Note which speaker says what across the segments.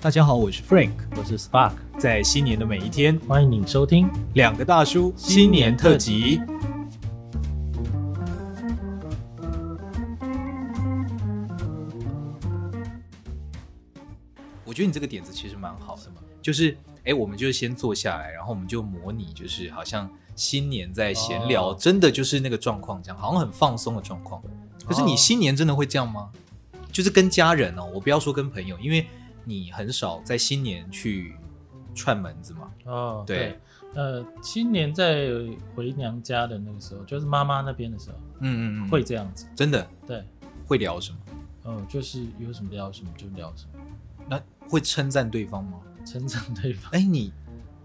Speaker 1: 大家好，我是 Frank，
Speaker 2: 我是 Spark，
Speaker 1: 在新年的每一天，
Speaker 2: 欢迎你收听。
Speaker 1: 两个大叔新年特辑。我觉得你这个点子其实蛮好的，就是哎，我们就先坐下来，然后我们就模拟，就是好像新年在闲聊，
Speaker 2: 哦
Speaker 1: 真的就是那个状况，这样好像很放松的状况。可是你
Speaker 2: 哦
Speaker 1: 新年真的会这样吗？就是跟家人哦，我不要说跟朋友，因为你很少在新年去串门子嘛。
Speaker 2: 哦，
Speaker 1: 对，
Speaker 2: 呃，新年在回娘家的那个时候，就是妈妈那边的时候，
Speaker 1: 嗯嗯嗯，
Speaker 2: 会这样子。
Speaker 1: 真的
Speaker 2: 对，
Speaker 1: 会聊什么？
Speaker 2: 嗯，就是有什么聊什么就聊什么，
Speaker 1: 那会称赞对方吗？
Speaker 2: 成长对方
Speaker 1: 哎，你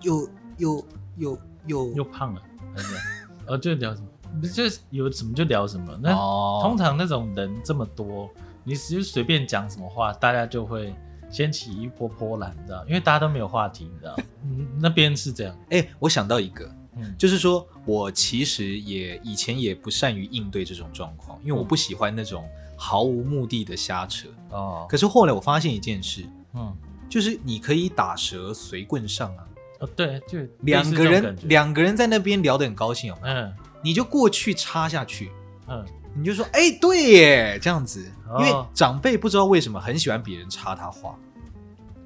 Speaker 1: 又又又又
Speaker 2: 又胖了，还是怎样？呃，就聊什么，不就是有什么就聊什么。那、
Speaker 1: 哦，
Speaker 2: 通常那种人这么多，你只是随便讲什么话，大家就会掀起一波波澜，你知道？因为大家都没有话题，你知道？嗯，那边是这样。
Speaker 1: 哎，我想到一个，
Speaker 2: 嗯，
Speaker 1: 就是说我其实也以前也不善于应对这种状况，因为我不喜欢那种毫无目的的瞎扯。
Speaker 2: 哦，
Speaker 1: 可是后来我发现一件事，
Speaker 2: 嗯，
Speaker 1: 就是你可以打蛇随棍上啊。
Speaker 2: 哦，对，就
Speaker 1: 两个
Speaker 2: 类似这种
Speaker 1: 人
Speaker 2: 感觉
Speaker 1: 两个人在那边聊得很高兴哦，
Speaker 2: 嗯
Speaker 1: 你就过去插下去，
Speaker 2: 嗯，
Speaker 1: 你就说哎、对耶这样子，
Speaker 2: 哦
Speaker 1: 因为长辈不知道为什么很喜欢别人插他话，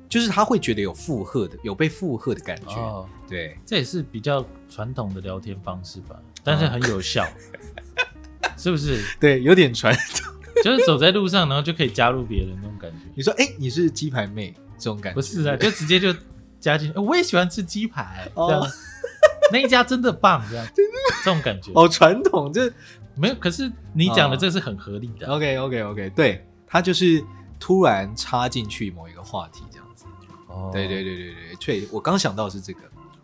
Speaker 1: 就是他会觉得有附和的，有被附和的感觉，
Speaker 2: 哦，
Speaker 1: 对，
Speaker 2: 这也是比较传统的聊天方式吧，但是很有效，
Speaker 1: 哦
Speaker 2: 是不是？
Speaker 1: 对，有点传。
Speaker 2: 就是走在路上，然后就可以加入别人那 种感觉，
Speaker 1: 你说哎、你是鸡排妹这种感觉，
Speaker 2: 不是啊，就直接就加进去。呃我也喜欢吃鸡排，
Speaker 1: 哦
Speaker 2: 这样那一家真的棒，这样这种感觉。
Speaker 1: 哦，传统这
Speaker 2: 没有，可是你讲的
Speaker 1: 哦
Speaker 2: 这是很合理的。
Speaker 1: OK OK OK，对他就是突然插进去某一个话题这样子，
Speaker 2: 哦
Speaker 1: 对对，对对对，确，我刚想到的是这个，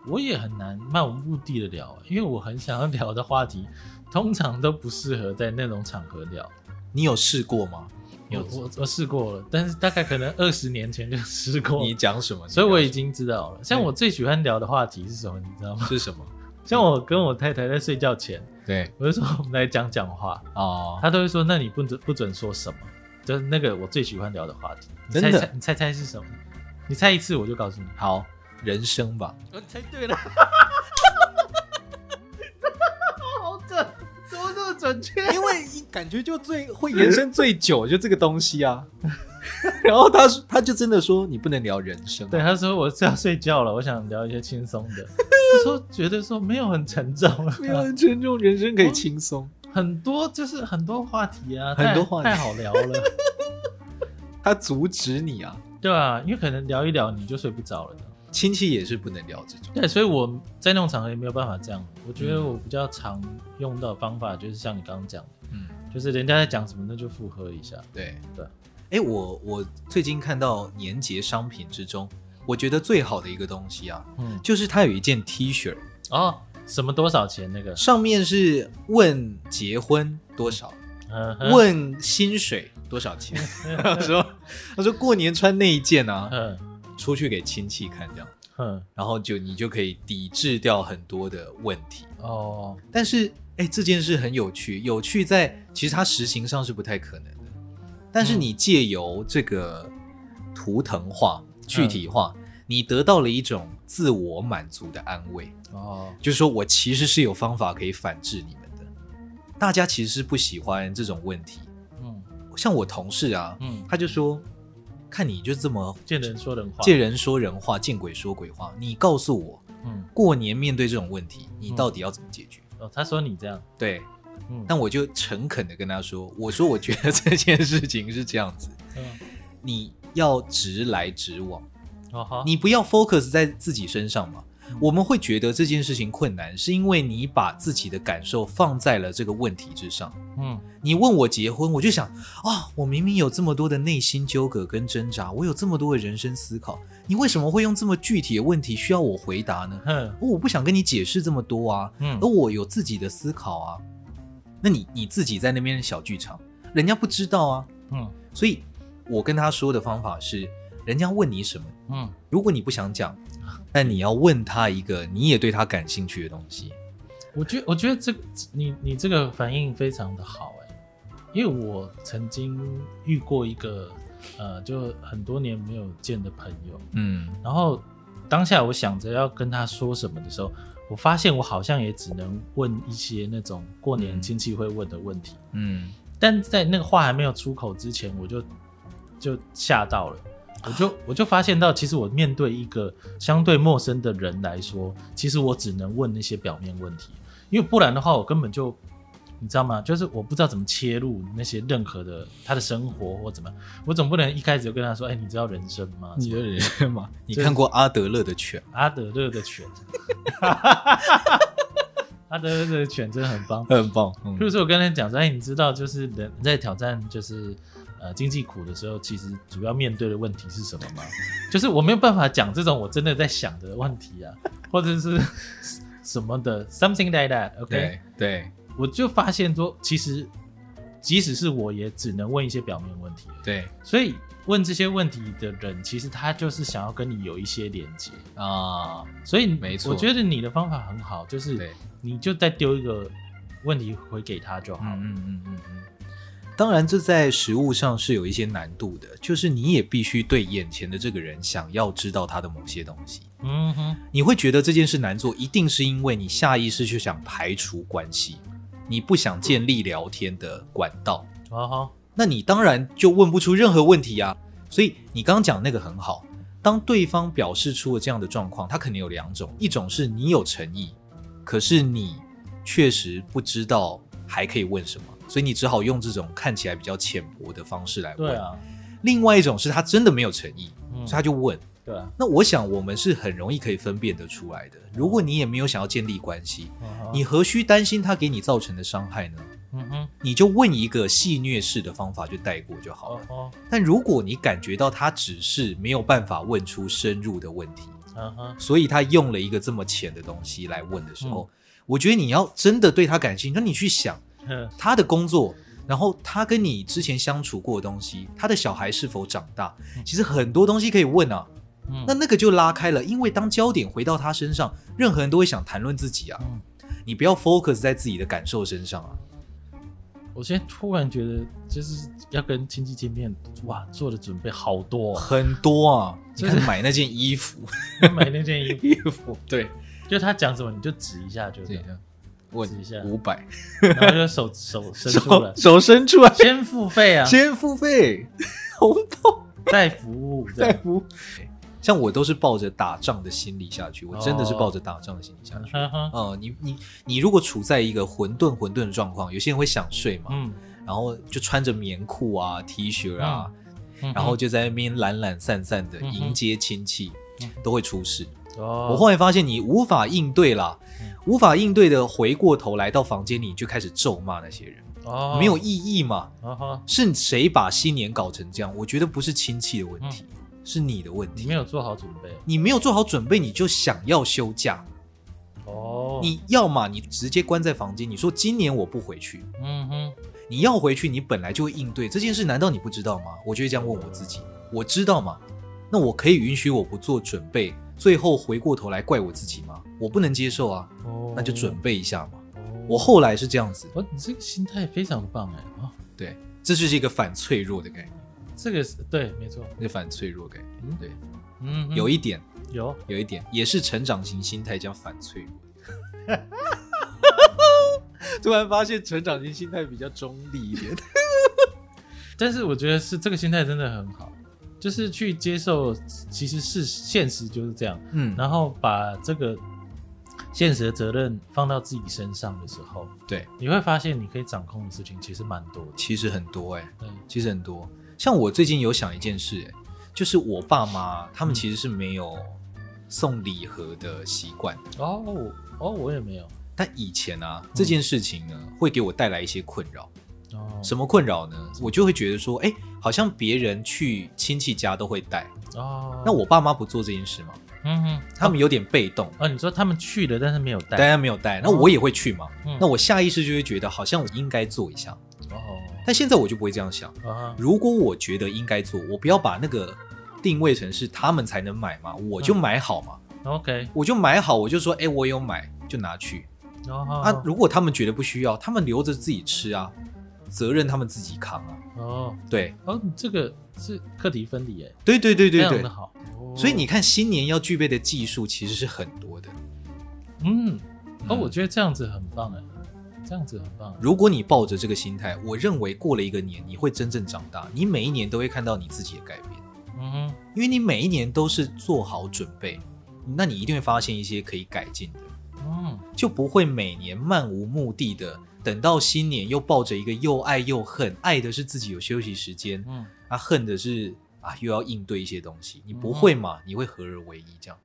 Speaker 2: 我也很难漫无目的的聊，因为我很想要聊的话题，通常都不适合在那种场合聊。
Speaker 1: 你有试过吗？你
Speaker 2: 有
Speaker 1: 有
Speaker 2: 我我试过了，但是大概可能二十年前就试过，
Speaker 1: 你讲什么？
Speaker 2: 所以我已
Speaker 1: 经
Speaker 2: 经知道了。像我最喜欢聊的话题是什么，你知道吗？
Speaker 1: 是什么？
Speaker 2: 像我跟我太太在睡觉前，
Speaker 1: 对
Speaker 2: 我就说我们来讲讲话，
Speaker 1: 哦，
Speaker 2: 她都会说那你不准不准说什么，就是那个我最喜欢聊的话题。你
Speaker 1: 真
Speaker 2: 猜
Speaker 1: 的
Speaker 2: 猜，你猜猜是什么？你猜一次我就告诉你。
Speaker 1: 好，人生吧。
Speaker 2: 我猜对了， 好准，怎么这么准确？
Speaker 1: 因为感觉就最会延伸最久，就这个东西啊。 然后他说他就真的说你不能聊人生、 啊
Speaker 2: 对，，他说我是要睡觉了，我想聊一些轻松 的。我说觉得说没有很沉重啊，
Speaker 1: 没有人尊重人生可以轻松。
Speaker 2: 很多就是很多话题啊，
Speaker 1: 很
Speaker 2: 太
Speaker 1: 多话题
Speaker 2: 太好聊了，
Speaker 1: 他阻止你啊，
Speaker 2: 对吧、因为可能聊一聊你就睡不着了。
Speaker 1: 亲戚也是不能聊这种。
Speaker 2: 对，所以我在那种场合也没有办法这样。我觉得我比较常用到的方法就是像你刚刚讲的，
Speaker 1: 嗯，
Speaker 2: 就是人家在讲什么，那就附和一下。
Speaker 1: 对
Speaker 2: 对。
Speaker 1: 哎，我我最近看到年节商品之中，我觉得最好的一个东西啊，
Speaker 2: 嗯，
Speaker 1: 就是它有一件 T 恤，
Speaker 2: 哦，什么多少钱那 个？
Speaker 1: 上面是问结婚多少，
Speaker 2: 嗯哼，
Speaker 1: 问薪水多少钱。 他说他说过年穿那一件啊，
Speaker 2: 嗯
Speaker 1: 出去给亲戚看这样。
Speaker 2: 嗯
Speaker 1: 然后就你就可以抵制掉很多的问题。
Speaker 2: 哦，
Speaker 1: 但是，哎，这件事很有趣，有趣在其实它实行上是不太可能的，但是
Speaker 2: 嗯
Speaker 1: 你借由这个图腾化、具体化，
Speaker 2: 嗯
Speaker 1: 你得到了一种自我满足的安慰，
Speaker 2: 哦，
Speaker 1: 就是说我其实是有方法可以反制你们的。大家其实是不喜欢这种问题，
Speaker 2: 嗯
Speaker 1: 像我同事啊，
Speaker 2: 嗯，
Speaker 1: 他就说，看你就这么
Speaker 2: 见人说人话，
Speaker 1: 见人说人话，见鬼说鬼话，你告诉我。
Speaker 2: 嗯
Speaker 1: 过年面对这种问题，你到底要怎么解决？
Speaker 2: 哦，他说你这样，
Speaker 1: 对，
Speaker 2: 嗯，
Speaker 1: 但我就诚恳的跟他说，我说我觉得这件事情是这样子，
Speaker 2: 嗯
Speaker 1: 你要直来直往，
Speaker 2: 哦好，
Speaker 1: 你不要 focus 在自己身上嘛。
Speaker 2: 嗯
Speaker 1: 我们会觉得这件事情困难，是因为你把自己的感受放在了这个问题之上。
Speaker 2: 嗯
Speaker 1: 你问我结婚，我就想啊，我明明有这么多的内心纠葛跟挣扎，我有这么多的人生思考，你为什么会用这么具体的问题需要我回答呢？哦
Speaker 2: 哼
Speaker 1: 我不想跟你解释这么多啊，
Speaker 2: 嗯
Speaker 1: 而我有自己的思考啊。那你你自己在那边小剧场，人家不知道啊。
Speaker 2: 嗯
Speaker 1: 所以我跟他说的方法是，人家问你什么，
Speaker 2: 嗯，
Speaker 1: 如果你不想讲，但你要问他一个你也对他感兴趣的东西。
Speaker 2: 我觉我觉得这你你欸这个反应非常的好哎、因为我曾经遇过一个呃，就很多年没有见的朋友。
Speaker 1: 嗯
Speaker 2: 然后当下我想着要跟他说什么的时候，我发现我好像也只能问一些那种过年
Speaker 1: 嗯
Speaker 2: 亲戚会问的问题。
Speaker 1: 嗯，
Speaker 2: 但在那个话还没有出口之前，我就就吓到了，我就我就发现到，其实我面对一个相对陌生的人来说，其实我只能问那些表面问题，因为不然的话，我根本就你知道吗？就是我不知道怎么切入那些任何的他的生活或怎么样，我总不能一开始就跟他说，哎、你知道人生吗？
Speaker 1: 嗯
Speaker 3: 你的人生嘛，
Speaker 1: 你
Speaker 2: 这
Speaker 1: 看过阿德勒的犬？
Speaker 2: 阿德勒的犬， 阿德勒的犬真的很 棒。
Speaker 3: 很棒。嗯
Speaker 2: 譬如说，我跟他讲说，哎，你知道，就是人在挑战就是呃经济苦的时候，其实主要面对的问题是什么吗？ 就是我没有办法讲这种我真的在想的问题啊，或者是什么的 something like that。OK，
Speaker 3: 对对
Speaker 2: 我就发现说，其实即使是我也只能问一些表面问题而已，
Speaker 3: 对
Speaker 2: 所以问这些问题的人，其实他就是想要跟你有一些连接。
Speaker 3: 啊，
Speaker 2: 所以
Speaker 3: 没错
Speaker 2: 我觉得你的方法很好，就是
Speaker 3: 对，
Speaker 2: 你就再丢一个问题回给他就好了。
Speaker 1: 嗯嗯嗯嗯。当然，这在实物上是有一些难度的，就是你也必须对眼前的这个人想要知道他的某些东西。
Speaker 2: 嗯哼，
Speaker 1: 你会觉得这件事难做，一定是因为你下意识去想排除关系，你不想建立聊天的管道。
Speaker 2: 哦吼，
Speaker 1: 那你当然就问不出任何问题啊。所以你刚刚讲那个很好，当对方表示出了这样的状况，他肯定有两种，一种是你有诚意，可是你确实不知道还可以问什么，所以你只好用这种看起来比较浅薄的方式来问。
Speaker 2: 对啊，
Speaker 1: 另外一种是他真的没有诚意，
Speaker 2: 嗯
Speaker 1: 所以他就问。
Speaker 2: 对啊，
Speaker 1: 那我想我们是很容易可以分辨得出来的。如果你也没有想要建立关系，
Speaker 2: 嗯哼
Speaker 1: 你何须担心他给你造成的伤害呢？
Speaker 2: 嗯哼，
Speaker 1: 你就问一个戏谑式的方法就带过就好
Speaker 2: 哦
Speaker 1: 了。
Speaker 2: 吼，
Speaker 1: 但如果你感觉到他只是没有办法问出深入的问题，
Speaker 2: 嗯哼，
Speaker 1: 所以他用了一个这么浅的东西来问的时候，我觉得你要真的对他感兴趣，那你去想
Speaker 2: 嗯
Speaker 1: 他的工作，然后他跟你之前相处过的东西，他的小孩是否长大，其实很多东西可以问啊。
Speaker 2: 嗯
Speaker 1: 那那个就拉开了，因为当焦点回到他身上，任何人都会想谈论自己啊。
Speaker 2: 嗯
Speaker 1: 你不要 focus 在自己的感受身上啊。
Speaker 2: 我现在突然觉得，就是要跟亲戚见面，哇，做的准备好多、 哦，
Speaker 1: 很多啊，
Speaker 2: 就
Speaker 1: 就是是买那件衣服，
Speaker 2: 买那件衣服，
Speaker 3: 衣服对，
Speaker 2: 就他讲什么你就指一下就
Speaker 3: 这
Speaker 2: 对了，
Speaker 3: 样问
Speaker 2: 指一下
Speaker 3: 五百，
Speaker 2: 然后就手手伸出来
Speaker 3: 手，手伸出来，
Speaker 2: 先付费啊，
Speaker 3: 先付费，红包
Speaker 2: 再服务，这
Speaker 3: 再
Speaker 2: 样，
Speaker 3: 付，
Speaker 1: 像我都是抱着打仗的心理下去，我真的
Speaker 2: 哦
Speaker 1: 是抱着打仗的心理下去。
Speaker 2: 嗯哼，
Speaker 1: 呃，你你你如果处在一个混沌混沌的状况，有些人会想睡嘛，
Speaker 2: 嗯，
Speaker 1: 然后就穿着棉裤啊、T 恤啊，
Speaker 2: 嗯哼
Speaker 1: 然后就在那边懒懒散散的
Speaker 2: 嗯哼
Speaker 1: 迎接亲戚，
Speaker 2: 嗯哼
Speaker 1: 都会出事。
Speaker 2: 哦，
Speaker 1: 我后来发现你无法应对啦
Speaker 2: 嗯，
Speaker 1: 无法应对的，回过头来到房间里你就开始咒骂那些人，
Speaker 2: 哦
Speaker 1: 没有意义嘛。
Speaker 2: 哦吼，
Speaker 1: 是谁把新年搞成这样？我觉得不是亲戚的问题，
Speaker 2: 嗯
Speaker 1: 是你的问
Speaker 2: 你
Speaker 1: 题。
Speaker 2: 没有做好准备啊
Speaker 1: 你没有做好准备，你就想要休假。
Speaker 2: 哦，
Speaker 1: 你要嘛，你直接关在房间，你说今年我不回去。
Speaker 2: 嗯哼，
Speaker 1: 你要回去，你本来就会应对这件事，难道你不知道吗？我就会这样问我自己，我知道吗？那我可以允许我不做准备，最后回过头来怪我自己吗？我不能接受啊，
Speaker 2: 哦，
Speaker 1: 那就准备一下嘛。
Speaker 2: 哦
Speaker 1: 我后来是这样子，
Speaker 2: 我你这个心态非常棒哎啊、哦，
Speaker 1: 对，这就是一个反脆弱的概念，
Speaker 2: 这个是对，没错，
Speaker 1: 那反脆弱概念，对，
Speaker 2: 嗯，
Speaker 1: 有一点，
Speaker 2: 有
Speaker 1: 有一点也是成长型心态叫反脆 弱。
Speaker 3: 突然发现成长型心态比较中立一点，
Speaker 2: 但是我觉得是这个心态真的很好，就是去接受，其实是现实就是这样，
Speaker 1: 嗯，
Speaker 2: 然后把这个现实的责任放到自己身上的时候，
Speaker 1: 对，
Speaker 2: 你会发现你可以掌控的事情其实蛮多的。
Speaker 1: 其实很多哎、
Speaker 2: 对，
Speaker 1: 其实很多。像我最近有想一件事、欸，就是我爸妈他们其实是没有送礼盒的习惯的，
Speaker 2: 哦哦，我也没有
Speaker 1: 但以前啊这件事情呢会给我带来一些困扰。
Speaker 2: 嗯哦，
Speaker 1: 什么困扰呢？我就会觉得说，哎、好像别人去亲戚家都会带，
Speaker 2: 哦，
Speaker 1: 那我爸妈不做这件事吗？
Speaker 2: 嗯哼，
Speaker 1: 他们有点被动。
Speaker 2: 哦，你说他们去了，但是没有
Speaker 1: 大
Speaker 2: 带
Speaker 1: 家没有带，那我也会去嘛？
Speaker 2: 嗯
Speaker 1: 那我下意识就会觉得好像我应该做一下，
Speaker 2: 哦
Speaker 1: 但现在我就不会这样想。
Speaker 2: 啊，
Speaker 1: 如果我觉得应该做，我不要把那个定位成是他们才能买嘛，我就买好嘛，
Speaker 2: 嗯 OK，
Speaker 1: 我就买好，我就说，哎、我有买，就拿去。
Speaker 2: 然后
Speaker 1: 啊，如果他们觉得不需要，他们留着自己吃啊，责任他们自己扛啊。
Speaker 2: 哦，
Speaker 1: 对，
Speaker 2: 哦，你这个是课题分离，哎，
Speaker 1: 对对对
Speaker 2: 非
Speaker 1: 对
Speaker 2: 常的
Speaker 1: 对。
Speaker 2: 好。哦
Speaker 1: 所以你看，新年要具备的技术其实是很多的。
Speaker 2: 嗯，哦，
Speaker 1: 嗯
Speaker 2: 我觉得这样子很棒哎，这样子很棒哎。
Speaker 1: 如果你抱着这个心态，我认为过了一个年，你会真正长大。你每一年都会看到你自己的改变，
Speaker 2: 嗯哼，
Speaker 1: 因为你每一年都是做好准备，那你一定会发现一些可以改进的，
Speaker 2: 嗯，
Speaker 1: 就不会每年漫无目的的等到新年又抱着一个又爱又恨，爱的是自己有休息时间，
Speaker 2: 嗯，
Speaker 1: 啊，恨的是啊又要应对一些东西。你不会嘛？你会合而为一这样。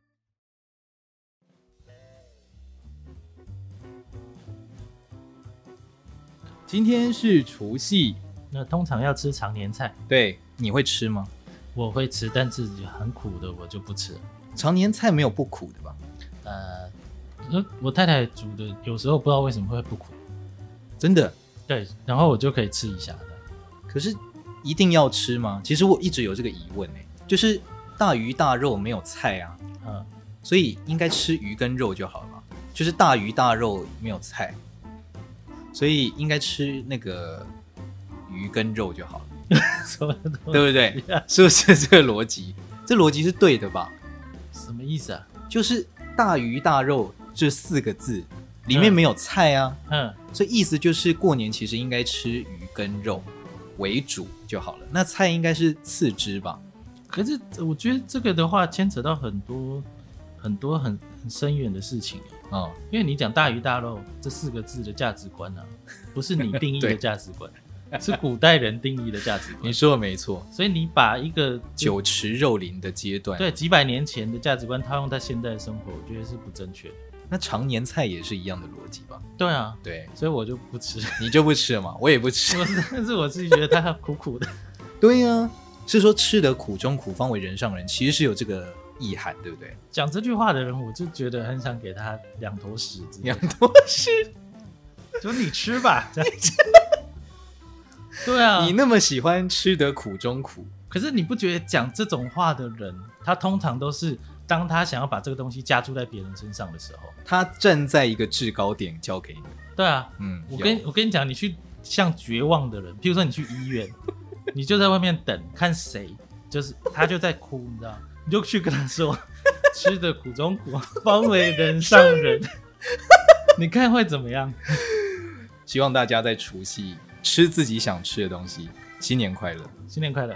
Speaker 3: 今天是除夕，
Speaker 2: 那通常要吃常年菜，
Speaker 1: 对，你会吃吗？
Speaker 2: 我会吃，但是很苦的我就不吃了。
Speaker 1: 常年菜没有不苦的吧？
Speaker 2: 呃，呃我太太煮的有时候不知道为什么会不苦，
Speaker 1: 真的。
Speaker 2: 对，然后我就可以吃一下的。
Speaker 1: 可是一定要吃吗？其实我一直有这个疑问诶、就是大鱼大肉没有菜啊，
Speaker 2: 嗯，
Speaker 1: 所以应该吃鱼跟肉就好了嘛。就是大鱼大肉没有菜，所以应该吃那个鱼跟肉就好了，
Speaker 2: 什么都
Speaker 1: 对不对？是不是这个逻辑？这逻辑是对的吧？
Speaker 2: 什么意思啊？
Speaker 1: 就是大鱼大肉这四个字里面
Speaker 2: 嗯
Speaker 1: 没有菜啊，
Speaker 2: 嗯，
Speaker 1: 所以意思就是过年其实应该吃鱼跟肉为主就好了。那菜应该是次之吧？
Speaker 2: 可是我觉得这个的话牵扯到很多很多很很深远的事情，啊
Speaker 1: 嗯，
Speaker 2: 因为你讲“大鱼大肉”这四个字的价值观啊，不是你定义的
Speaker 1: 对
Speaker 2: 价值观，是古代人定义的价值 观
Speaker 1: 你。说的没错。
Speaker 2: 所以你把一个
Speaker 1: 酒池肉林的阶段，，
Speaker 2: 对几百年前的价值观套用在现代生活，我觉得是不正确的。
Speaker 1: 那常年菜也是一样的逻辑吧？
Speaker 2: 对啊，
Speaker 1: 对，
Speaker 2: 所以我就不吃。
Speaker 1: 你就不吃了嘛，我也不吃。
Speaker 2: 我是但是我自己觉得它苦苦的。
Speaker 1: 对呀、是说吃得苦中苦，方为人上人，其实是有这个意涵，对不对？
Speaker 2: 讲这句话的人，我就觉得很想给他两坨屎之类
Speaker 1: 两
Speaker 2: 的，
Speaker 1: 多是，
Speaker 2: 就你吃吧，这样子。对 啊，
Speaker 1: 你那么喜欢吃得苦中苦，
Speaker 2: 可是你不觉得讲这种话的人，他通常都是当他想要把这个东西加注在别人身上的时候，
Speaker 1: 他站在一个制高点交给你。
Speaker 2: 对啊，
Speaker 1: 嗯，
Speaker 2: 我
Speaker 1: 有
Speaker 2: 跟我跟你讲，你去像绝望的人，譬如说你去医院，你就在外面等，看谁就是他就在哭，你知道，你就去跟他说，吃的苦中苦，方为人上人，你看会怎么样？
Speaker 1: 希望大家在除夕吃自己想吃的东西。新年快乐！
Speaker 2: 新年快乐，